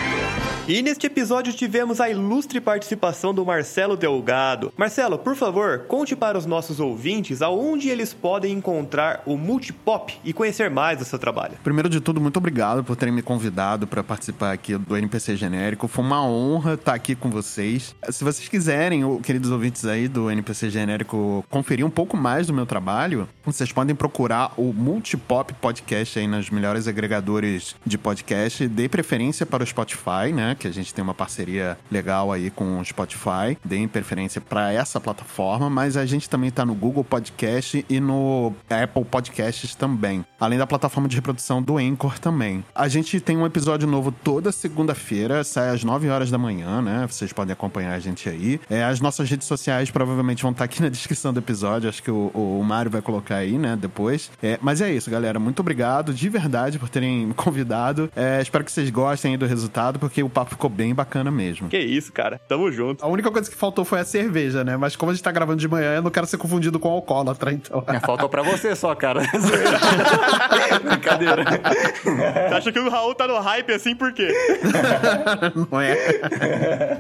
S2: E neste episódio tivemos a ilustre participação do Marcelo Delgado. Marcelo, por favor, conte para os nossos ouvintes aonde eles podem encontrar o Multipop e conhecer mais do seu trabalho.
S3: Primeiro de tudo, muito obrigado por terem me convidado para participar aqui do NPC Genérico. Foi uma honra estar aqui com vocês. Se vocês quiserem, ô, queridos ouvintes aí do NPC Genérico, conferir um pouco mais do meu trabalho, vocês podem procurar o Multipop Podcast aí nos melhores agregadores de podcast. Dê preferência para o Spotify, né? Que a gente tem uma parceria legal aí com o Spotify. Deem preferência para essa plataforma, mas a gente também tá no Google Podcast e no Apple Podcasts também. Além da plataforma de reprodução do Anchor também. A gente tem um episódio novo toda segunda-feira, sai às 9 horas da manhã, né? Vocês podem acompanhar a gente aí. É, as nossas redes sociais provavelmente vão estar aqui na <laughs> descrição do episódio, acho que o, o Mário vai colocar aí, né, depois. É, mas é isso, galera. Muito obrigado de verdade por terem me convidado. É, espero que vocês gostem aí do resultado, porque o papo ficou bem bacana mesmo.
S2: Que isso, cara. Tamo junto.
S5: A única coisa que faltou foi a cerveja, né? Mas como a gente tá gravando de manhã, eu não quero ser confundido com alcoólatra, então.
S4: Faltou pra você só, cara. <laughs> Brincadeira.
S2: Você acha que o Raul tá no hype assim por quê?
S5: <laughs> Não é?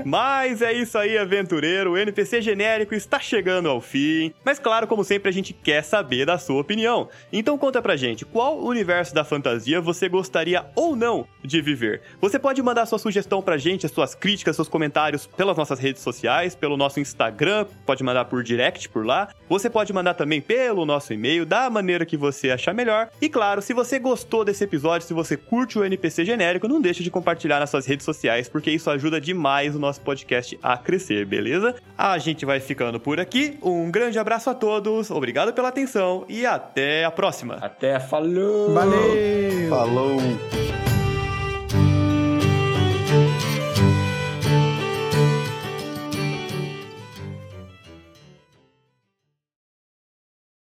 S2: Mas é isso aí, aventureiro. O NPC genérico está chegando ao fim. Mas claro, como sempre, a gente quer saber da sua opinião. Então conta pra gente, qual universo da fantasia você gostaria ou não de viver? Você pode mandar sua sugestão então pra gente as suas críticas, seus comentários pelas nossas redes sociais, pelo nosso Instagram, pode mandar por direct por lá. Você pode mandar também pelo nosso e-mail, da maneira que você achar melhor. E claro, se você gostou desse episódio, se você curte o NPC genérico, não deixe de compartilhar nas suas redes sociais, porque isso ajuda demais o nosso podcast a crescer, beleza? A gente vai ficando por aqui. Um grande abraço a todos, obrigado pela atenção e até a próxima.
S8: Até falou!
S5: Valeu!
S6: Falou!